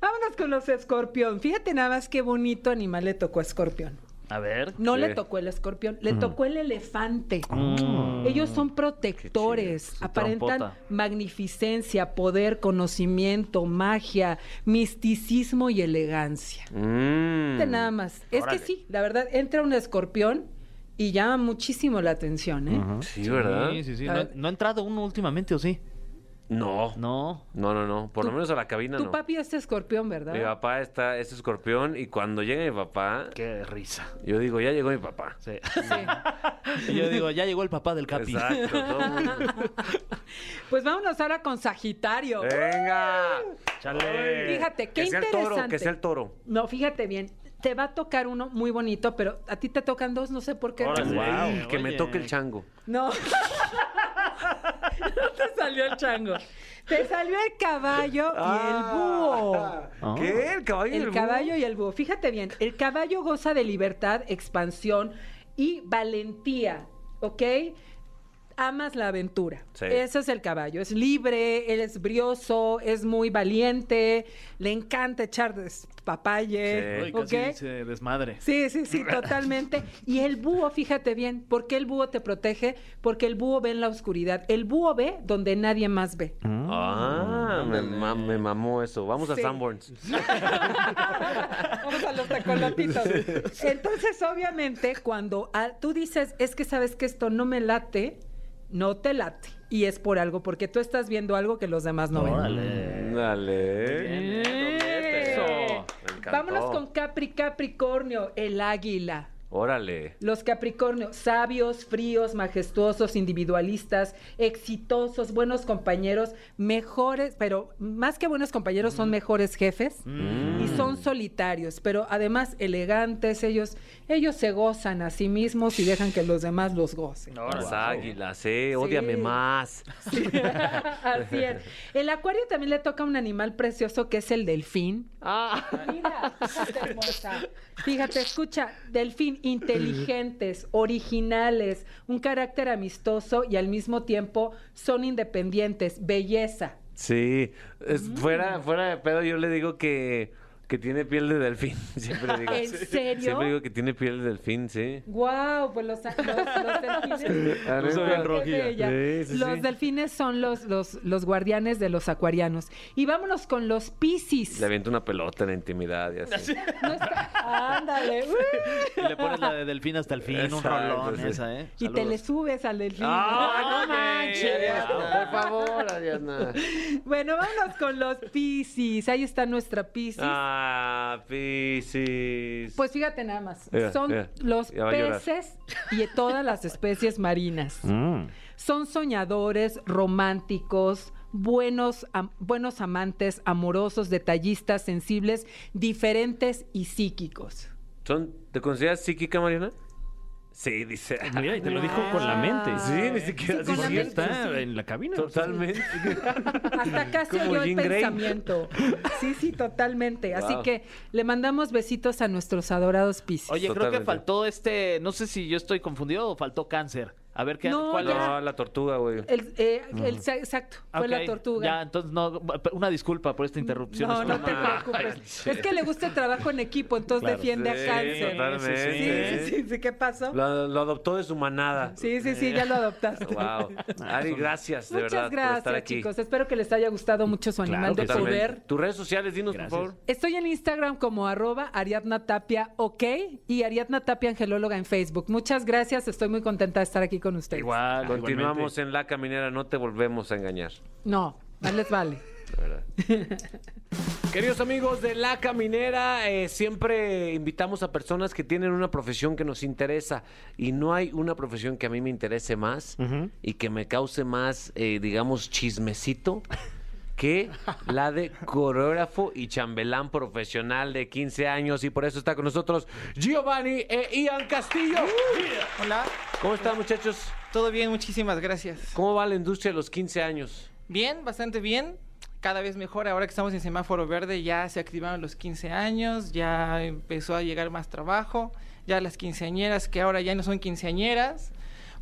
Vámonos con los escorpión. Fíjate nada más qué bonito animal le tocó a escorpión.
A ver.
No
Sí. Ah,
le tocó el escorpión, le tocó el elefante. Ellos son protectores,
Su
aparentan
trompota.
magnificencia, poder, conocimiento, magia, misticismo y elegancia.
Mm.
Fíjate Este Nada más. Es
Órale.
que sí, la verdad, entra un escorpión y llama muchísimo la atención, ¿eh?
Sí, ¿verdad?
Sí, sí, sí.
A
No,
ver.
no ha entrado uno últimamente, ¿o sí?
No. no.
No.
No, no, Por lo menos a la cabina
Tu
no.
papi es escorpión, ¿verdad?
Mi papá está, es escorpión y cuando llega mi papá,
Qué risa.
yo digo, ya llegó mi papá.
Sí.
pues,
Sí.
Y yo digo, ya llegó el papá del Capi.
Exacto. todo el mundo.
Pues vámonos ahora con Sagitario.
Eh. Venga.
Chale.
Fíjate, qué
que sea el toro, que
interesante.
sea el toro.
No, fíjate bien, te va a tocar uno muy bonito, pero a ti te tocan dos, no sé por qué.
Órale.
Ey,
Wow.
que me
Oye.
toque el chango.
No. no te salió el chango. Te salió el caballo y
Ah.
¿Qué? ¿El caballo
el
y el búho?
búho. El caballo y el búho. Fíjate bien, el caballo goza de libertad, expansión y valentía, ¿ok? Amas la aventura.
Sí.
Ese es el caballo. Es libre, él es brioso, es muy valiente, le encanta echar des- papaye,
Sí.
Uy,
¿ok?
casi dice desmadre.
Sí, sí, sí, totalmente. Y el búho, fíjate bien, ¿por qué el búho te protege? Porque el búho ve en la oscuridad. El búho ve donde nadie más ve.
Ah, me, ma- me mamó eso. Vamos a
Sí.
Sanborns.
Vamos a los tacolatitos. Entonces, obviamente, cuando a- tú dices, es que sabes que esto no me late, no te late. Y es por algo, porque tú estás viendo algo que los demás no ven.
Órale.
Dale.
Eh.
Eso.
Me encantó.
Vámonos con Capri Capricornio, el águila.
Órale.
Los Capricornio, sabios, fríos, majestuosos, individualistas, exitosos, buenos compañeros, mejores, pero más que buenos compañeros son mejores jefes
Mm.
y
Mm.
son solitarios, pero además elegantes, ellos ellos se gozan a sí mismos y dejan que los demás los gocen.
Las
Órale.
águilas, eh. Ódiame más.
Así es. El acuario también le toca un animal precioso que es el delfín. Mira, estás hermosa. Fíjate, escucha, delfín, inteligentes, originales, un carácter amistoso y al mismo tiempo son independientes, belleza.
Sí, es- fuera, fuera de pedo yo le digo que, que tiene piel de delfín. Siempre digo.
¿En serio?
Siempre digo que tiene piel de delfín, sí.
Wow, pues los, los- los delfines.
La
Qué
neta.
bella.
Sí, sí,
los
sí.
delfines son los, los, los guardianes de los acuarianos. Y vámonos con los piscis.
Le aviento una pelota en la intimidad y así.
No está- Ándale. uy.
Y le pones la de delfín hasta el fin, un
Exacto,
rolón
sí.
esa, ¿eh?
Y te le subes al delfín.
¡Ah, no manches!
Ariadna.
Por favor, Ariadna.
Bueno, vámonos con los Piscis. Ahí está nuestra Piscis.
Ah, Pisces.
Pues fíjate nada más.
Ya,
Son
ya.
los
Ya va a llorar.
peces y todas las especies marinas. Son soñadores, románticos, buenos, am- buenos amantes, amorosos, detallistas, sensibles, diferentes y psíquicos.
¿Son, ¿Te consideras psíquica, Mariana? Sí, dice.
Mira, y te lo dijo con la mente.
Ah. Sí, ni siquiera.
Sí, con
sí,
la
sí,
mente,
está.
Está en la cabina.
Totalmente.
Hasta casi
Como
oyó el
Jean Grey.
pensamiento. Sí, sí, totalmente. Así
Wow.
que le mandamos besitos a nuestros adorados Piscis.
Oye, creo
Totalmente.
que faltó este, no sé si yo estoy confundido o faltó cáncer. A ver qué
No,
cuál
ya.
No, la tortuga, güey.
El- eh, el- exacto,
Ah,
fue la
ok.
tortuga.
Ya, entonces no, una disculpa por esta interrupción.
No, no
estuvo
te
mal.
preocupes. Es que le gusta el trabajo en equipo, entonces
Claro.
defiende
Sí,
a cáncer. Sí,
totalmente.
sí, sí, sí, ¿qué pasó?
Lo, lo adoptó de su manada.
Sí, sí, sí, ya lo adoptaste.
Wow. Ari, gracias pues, de verdad
Muchas
por estar
gracias,
aquí. Mm,
chicos. Espero que les haya gustado mucho su animal de
Totalmente.
poder.
Tus redes sociales, dinos, por favor.
Estoy en Instagram como arroba Ariadna Tapia OK y Ariadna Tapia Angelóloga en Facebook. Muchas gracias, estoy muy contenta de estar aquí con ustedes.
Igual,
Continuamos en La Caminera, no te volvemos a engañar.
No, más les vale.
de verdad. Queridos amigos de La Caminera, eh, siempre invitamos a personas que tienen una profesión que nos interesa y no hay una profesión que a mí me interese más y que me cause más, eh, digamos, chismecito que la de coreógrafo y chambelán profesional de 15 años y por eso está con nosotros Giovanni e Ian Castillo.
Hola,
¿Cómo están muchachos?
todo bien, muchísimas gracias.
¿Cómo va la industria de los 15 años?
Bien, bastante bien. Cada vez mejor, ahora que estamos en semáforo verde, ya se activaron los 15 años, ya empezó a llegar más trabajo, ya las quinceañeras que ahora ya no son quinceañeras,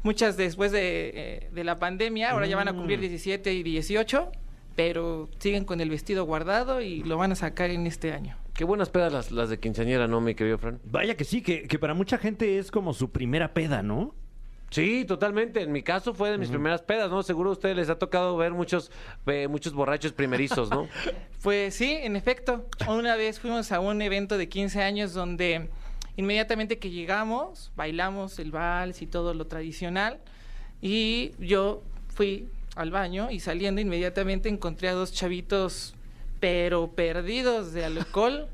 muchas después de, eh, de la pandemia, ahora ya van a cumplir 17 y 18, pero siguen con el vestido guardado y lo van a sacar en este año.
Qué buenas pedas las, las de quinceañera, ¿no, mi querido Fran?
Vaya que sí, que, que para mucha gente es como su primera peda, ¿no?
Sí, totalmente. En mi caso fue de mis primeras pedas, ¿no? Seguro a ustedes les ha tocado ver muchos, eh, muchos borrachos primerizos, ¿no?
Pues sí, en efecto. Una vez fuimos a un evento de 15 años donde inmediatamente que llegamos, bailamos el vals y todo lo tradicional. Y yo fui al baño y saliendo inmediatamente encontré a dos chavitos, pero perdidos de alcohol.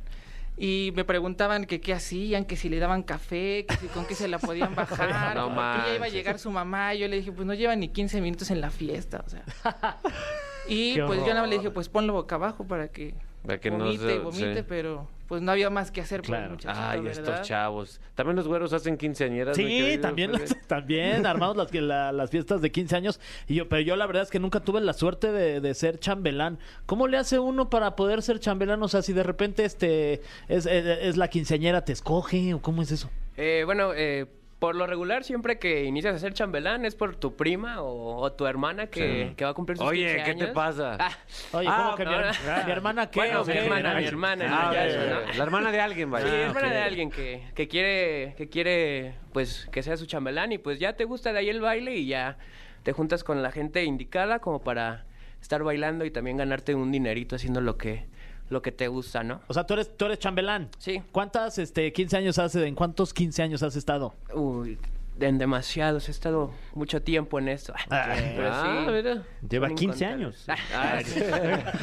Y me preguntaban que qué hacían, que si le daban café, que si con qué se la podían bajar,
No
que ya iba a
manches.
llegar su mamá. Yo le dije, pues no llevan ni 15 minutos en la fiesta, o sea. Y
Qué
pues yo nada más le
horror.
dije, pues ponlo boca abajo para que,
Para que no
vomite,
se-
vomite,
sí.
pero pues no había más que hacer por el
Claro.
muchachito,
Ay,
¿verdad?
estos chavos. También los güeros hacen quinceañeras. mi
Sí,
querido
también,
Fran.
las- también armamos las, que- la- las fiestas de 15 años. Y yo, pero yo la verdad es que nunca tuve la suerte de, de ser chambelán. ¿Cómo le hace uno para poder ser chambelán? O sea, si de repente este es, es- es la quinceañera, te escoge o cómo es eso.
Eh, bueno, eh, por lo regular, siempre que inicias a ser chambelán es por tu prima o, o tu hermana que, que va a cumplir sus
Oye,
15
¿qué te
años.
pasa?
Ah,
Oye,
Ah,
¿cómo que mi,
no,
her- mi hermana qué?
bueno,
¿O
mi
qué?
hermana, mi hermana.
Ah,
ya
ok,
eso, ¿no?
ok. La hermana de alguien,
Sí,
vaya. Ah,
hermana
ok.
de alguien que, que quiere, que quiere, pues, que sea su chambelán y pues ya te gusta de ahí el baile y ya te juntas con la gente indicada como para estar bailando y también ganarte un dinerito haciendo lo que, lo que te gusta, ¿no?
O sea, tú eres, tú eres chambelán.
Sí.
¿Cuántas este, 15 años hace? ¿En cuántos 15 años has estado?
Uy, en demasiados, he estado mucho tiempo en esto. Pero
Ah,
sí,
mira.
Lleva
son
15
incontables.
años.
Ah, sí.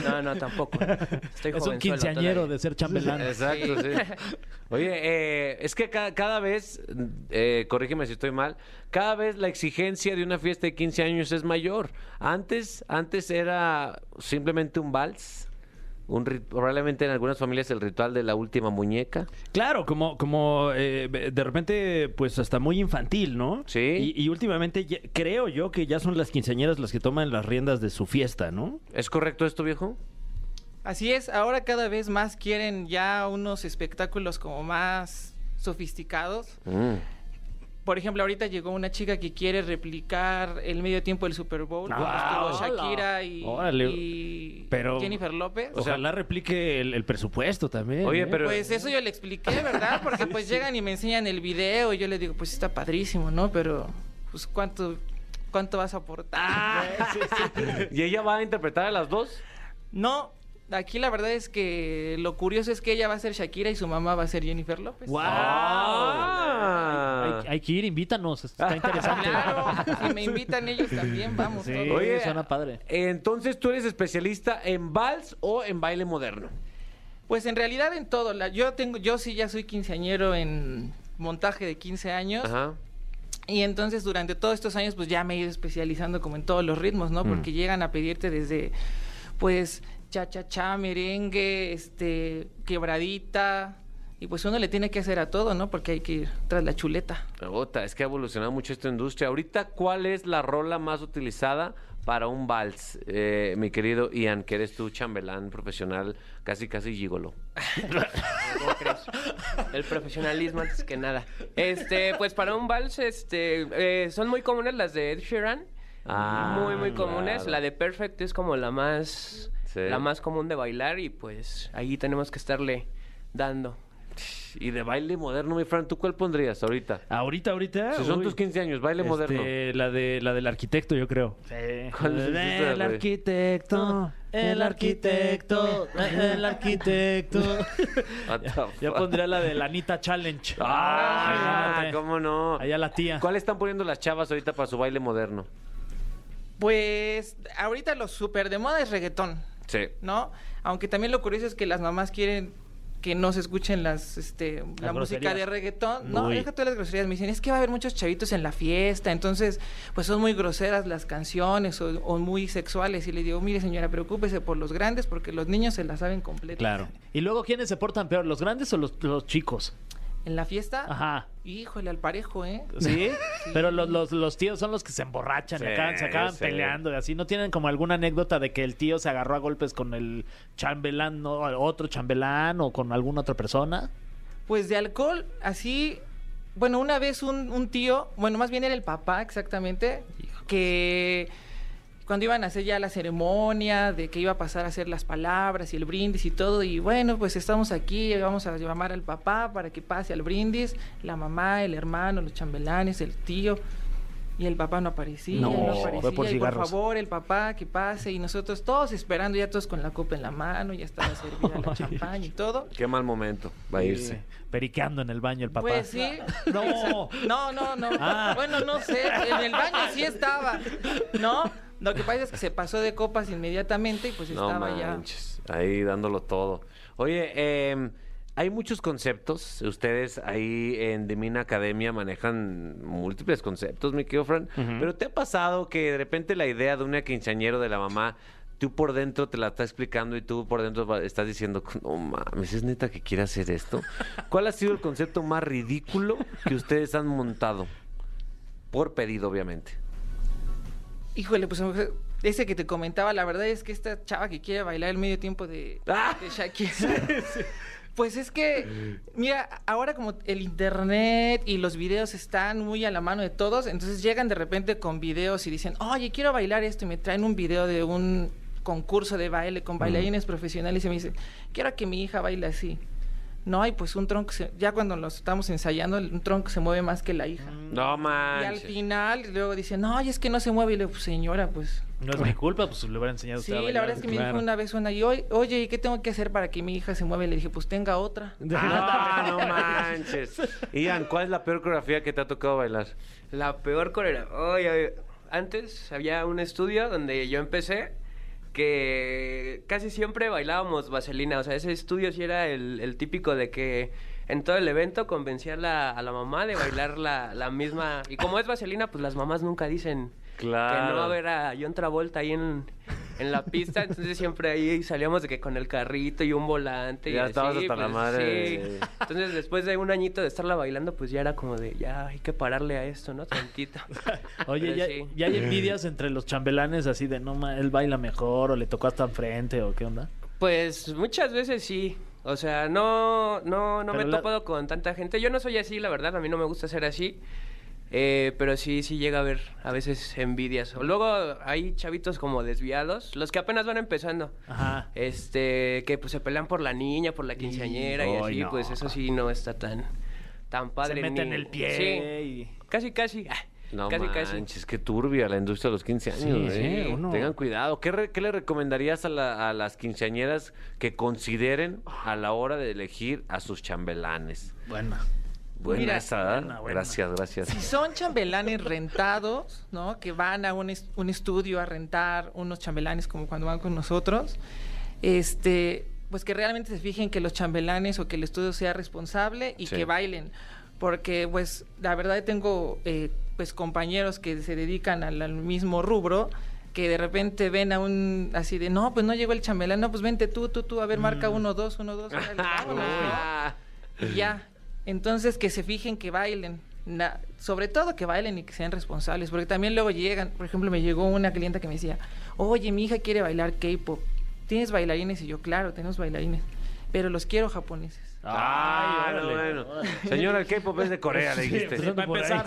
no, no, tampoco. Estoy
es un
jovenzuelo
quinceañero
todavía.
de ser chambelán.
Exacto, sí. Oye, eh, es que ca- cada vez, eh, corrígeme si estoy mal, cada vez la exigencia de una fiesta de 15 años es mayor. Antes, antes era simplemente un vals, un rit- probablemente en algunas familias el ritual de la última muñeca.
Claro, como, como eh, de repente, pues hasta muy infantil, ¿no?
Sí.
Y, y últimamente ya- creo yo que ya son las quinceañeras las que toman las riendas de su fiesta, ¿no?
¿Es correcto esto, viejo?
Así es, ahora cada vez más quieren ya unos espectáculos como más sofisticados.
Mm.
Por ejemplo, ahorita llegó una chica que quiere replicar el medio tiempo del Super Bowl.
Ah,
Estuvo Shakira y,
Órale.
y
Pero-
Jennifer López.
Ojalá replique el, el presupuesto también.
Oye,
¿eh?
pero-
Pues eso yo le expliqué, ¿verdad? Porque pues llegan y me enseñan el video y yo le digo, pues está padrísimo, ¿no? Pero, pues, ¿cuánto, cuánto vas a aportar?
Ah.
¿Y ella va a interpretar a las dos?
No, aquí la verdad es que lo curioso es que ella va a ser Shakira y su mamá va a ser Jennifer López.
¡Guau!
Ah.
Hay, hay que ir, invítanos. Está interesante.
Claro, si me invitan ellos también, vamos.
Sí,
todos.
Oye,
suena padre.
Entonces, ¿tú eres especialista en vals o en baile moderno?
Pues en realidad en todo, la- yo tengo, yo sí ya soy quinceañero en montaje de 15 años.
Ajá.
Y entonces durante todos estos años pues ya me he ido especializando como en todos los ritmos, ¿no? Porque
Mm.
llegan a pedirte desde pues cha cha cha, merengue, este, quebradita y pues uno le tiene que hacer a todo, ¿no? Porque hay que ir tras la chuleta.
Puta, es que ha evolucionado mucho esta industria. Ahorita, ¿cuál es la rola más utilizada para un vals? Eh, mi querido Ian, que eres tú chambelán profesional, casi casi gigolo.
¿Cómo crees? El profesionalismo antes que nada. Este, pues para un vals, este, eh, son muy comunes las de Ed Sheeran.
Ah,
muy, muy comunes.
claro.
La de Perfect es como la más,
Sí.
la más común de bailar y pues ahí tenemos que estarle dando.
Y de baile moderno, mi Fran, ¿tú cuál pondrías ahorita?
Ahorita, ahorita.
Si son
uy,
tus 15 años, baile
este,
moderno.
La, de, la del arquitecto, yo creo.
¿Cuál es esa,
el
güey?
arquitecto, el arquitecto, el arquitecto.
What the
Ya
fuck?
pondría la de la Anita Challenge.
Ah,
Imagínate.
¿cómo no?
Allá la tía.
¿Cuál están poniendo las chavas ahorita para su baile moderno?
Pues ahorita lo súper de moda es reggaetón.
Sí.
¿no? Aunque también lo curioso es que las mamás quieren que no se escuchen las, este, la
Las
música
groserías.
de reggaetón. No,
Uy.
deja todas las groserías. Me dicen, es que va a haber muchos chavitos en la fiesta, entonces, pues son muy groseras las canciones o, o muy sexuales. Y le digo, mire señora, preocúpese por los grandes porque los niños se la saben completa.
Claro.
Y luego, ¿quiénes se portan peor, los grandes o los, los chicos?
En la fiesta,
Ajá.
híjole, al parejo, ¿eh?
¿Sí? Pero los, los, los tíos son los que se emborrachan, y
Sí,
acaban- se acaban
sí.
peleando y así. ¿No tienen como alguna anécdota de que el tío se agarró a golpes con el chambelán, no, otro chambelán o con alguna otra persona?
Pues de alcohol, así. Bueno, una vez un, un tío, bueno, más bien era el papá exactamente, que cuando iban a hacer ya la ceremonia de que iba a pasar a hacer las palabras y el brindis y todo, y bueno, pues estamos aquí, vamos a llamar al papá para que pase al brindis, la mamá, el hermano, los chambelanes, el tío. Y el papá no aparecía,
No,
no,
fue
aparecía.
por
y por
cigarros.
favor, el papá que pase. Y nosotros todos esperando, ya todos con la copa en la mano, ya estaba servida la champaña y todo.
Qué mal momento va a irse.
Periqueando en el baño el papá.
Pues sí.
No.
No, no, no.
Ah.
Bueno, no sé. En el baño sí estaba. No. Lo que pasa es que se pasó de copas inmediatamente y pues
No
estaba
manches, ahí dándolo todo. Oye, eh, hay muchos conceptos. Ustedes ahí en The Min Academia manejan múltiples conceptos, mi querido Fran. Pero ¿te ha pasado que de repente la idea de una quinceañero de la mamá, tú por dentro te la está explicando y tú por dentro va- estás diciendo, no mames, es neta que quiere hacer esto? ¿Cuál ha sido el concepto más ridículo que ustedes han montado? Por pedido, obviamente.
ya. Híjole, pues ese que te comentaba, la verdad es que esta chava que quiere bailar el medio tiempo de,
¡Ah!
de Shakira. Pues es que, mira, ahora como el internet y los videos están muy a la mano de todos, entonces llegan de repente con videos y dicen, oye, quiero bailar esto, y me traen un video de un concurso de baile con bailarines profesionales y me dicen, quiero que mi hija baile así. No, y pues un tronco, se- ya cuando los estamos ensayando, el- un tronco se mueve más que la hija.
No
Mm. Y al
manches.
final luego dicen, no, y es que no se mueve. Y le digo, pues señora, pues
No es mi culpa, pues le hubiera enseñado a
Sí,
usted a
la
bailar.
verdad es que me
Claro.
dijo una vez una y hoy, oye, ¿y qué tengo que hacer para que mi hija se mueva? Y le dije, pues tenga otra.
Ah, no manches. Ian, ¿cuál es la peor coreografía que te ha tocado bailar?
La peor coreografía. Ay, ay, Antes había un estudio donde yo empecé que casi siempre bailábamos vaselina. O sea, ese estudio sí era el, el típico de que en todo el evento convencía a la, a la mamá de bailar la, la misma. Y como es vaselina, pues las mamás nunca dicen que
Claro.
no va a haber a John Travolta ahí en, en la pista. Entonces siempre ahí salíamos de que con el carrito y un volante. y
Ya
así,
estabas hasta la
pues,
madre
sí.
de-
Entonces, después de un añito de estarla bailando, pues ya era como de, ya hay que pararle a esto, ¿no? Tantito.
Oye,
Pero
ya,
sí.
ya hay envidias entre los chambelanes así de no, ma, él baila mejor o le tocó hasta enfrente o qué onda.
Pues muchas veces sí. O sea, no, no, no me
Pero
he
la-
topado con tanta gente. Yo no soy así, la verdad, a mí no me gusta ser así. Eh, pero sí, sí llega a haber a veces envidias. O Luego hay chavitos como desviados, los que apenas van empezando.
Ajá.
Este, que pues se pelean por la niña, por la quinceañera y
Ay,
así,
no.
pues eso sí no está tan, tan padre.
Se meten
ni-
el pie
Sí.
y...
Casi, casi. Ah,
No
casi, casi.
manches, qué turbia la industria de los 15 años.
Sí,
¿eh?
sí, uno-
Tengan cuidado. ¿Qué, re- qué le recomendarías a, la- a las quinceañeras que consideren a la hora de elegir a sus chambelanes?
Bueno.
Buena
Mira,
esa, ¿verdad?
buena, buena.
Gracias, gracias.
Si son chambelanes rentados, ¿no? Que van a un, es- un estudio a rentar unos chambelanes como cuando van con nosotros, este, pues que realmente se fijen que los chambelanes o que el estudio sea responsable y
Sí.
que bailen. Porque, pues, la verdad tengo, eh, pues, compañeros que se dedican al, al mismo rubro que de repente ven a un así de no pues no llegó el chambelán no pues vente tú tú tú a ver marca uno dos uno dos órale, vámonos", ¿no? y ya. Entonces que se fijen que bailen. Na- sobre todo que bailen y que sean responsables, porque también luego llegan, por ejemplo, me llegó una clienta que me decía, oye, mi hija quiere bailar K-pop, ¿tienes bailarines? Y yo, claro, tenemos bailarines, pero los quiero japoneses.
Ah, no, bueno. Señora, el K-pop es de Corea, le dijiste.
pues,
Por ahí.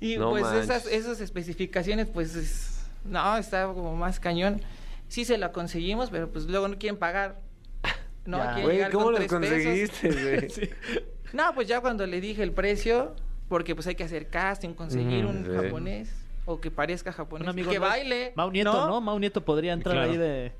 Y
No
pues
manches.
esas, esas especificaciones, pues, es- no, está como más cañón. Sí se la conseguimos, pero pues luego no quieren pagar. No,
Ya.
quieren
Güey,
llegar
¿cómo
con
los
tres pesos.
conseguiste, güey?
No, pues ya cuando le dije el precio, porque pues hay que hacer casting, conseguir
Ujú,
un
sí.
japonés. o que parezca japonés.
Un amigo
que
no es-
baile.
Mau Nieto, ¿no? Mau Nieto podría entrar
Claro.
ahí de...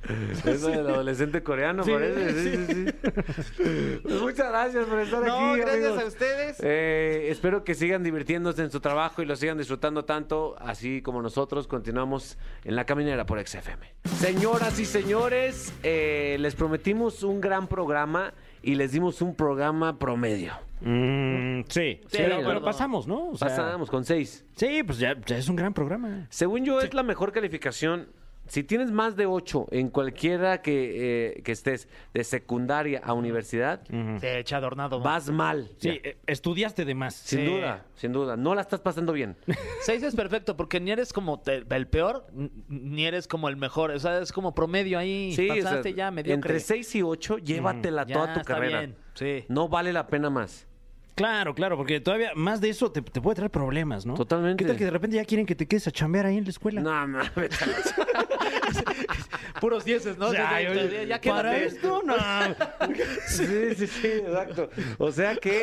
Eso del adolescente coreano, parece. Sí, sí, sí. Pues muchas gracias por estar
No,
aquí.
gracias
amigos.
a ustedes.
Eh, espero que sigan divirtiéndose en su trabajo y lo sigan disfrutando tanto, así como nosotros continuamos en la caminera por XFM. Señoras y señores, eh, les prometimos un gran programa y les dimos un programa promedio.
Mm,
de
sí, sí, pero,
acuerdo.
pero pasamos, ¿no? O sea,
Pasamos con seis.
Sí, pues ya, ya es un gran programa.
Según yo, es la mejor calificación. Si tienes más de ocho en cualquiera que, eh, que estés, de secundaria a universidad,
Se echa adornado. Mau.
vas mal.
Sí, eh, estudiaste de más.
Sin
Sí.
duda, sin duda. No la estás pasando bien.
Seis es perfecto porque ni eres como te- el peor, n- ni eres como el mejor. O sea, es como promedio ahí.
Sí, o sea,
Pasaste ya medio
Entre 6 y 8, llévatela
Ya,
toda tu
está
carrera.
bien, sí.
No vale la pena más.
Claro, claro, porque todavía más de eso te, te puede traer problemas, ¿no?
Totalmente.
¿Qué tal que de repente ya quieren que te quedes a chambear ahí en la escuela?
No, mames.
Puros dieces, ¿no?
Ay,
ya,
oye,
ya, ya
para
quédate.
esto, no.
Sí, sí, sí, exacto. O sea que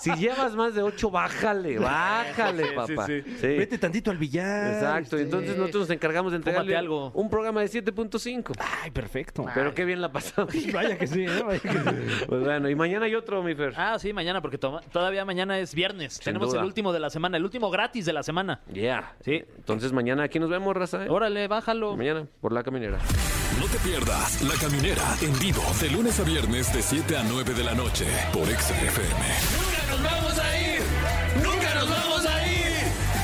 si llevas más de 8, bájale, bájale, papá. Sí,
Vete tantito al billar.
Exacto.
este.
Entonces nosotros nos encargamos de entregarle
Fúmate algo.
un programa de 7.5.
Ay, perfecto.
Pero qué bien la pasamos.
Vaya que sí, ¿eh? Vaya que sí.
Pues bueno, y mañana hay otro, mi Fer.
Ah, sí, mañana, porque toma- todavía mañana es viernes. Tenemos
duda.
el último de la semana, el último gratis de la semana.
Yeah.
Sí.
Entonces mañana aquí nos vemos, raza. ¿eh?
Órale, bájalo.
Mañana por la caminera.
No te pierdas La Caminera en vivo de lunes a viernes de 7 a 9 de la noche por XFM. Nunca nos vamos a ir. Nunca nos vamos a ir.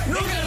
Nunca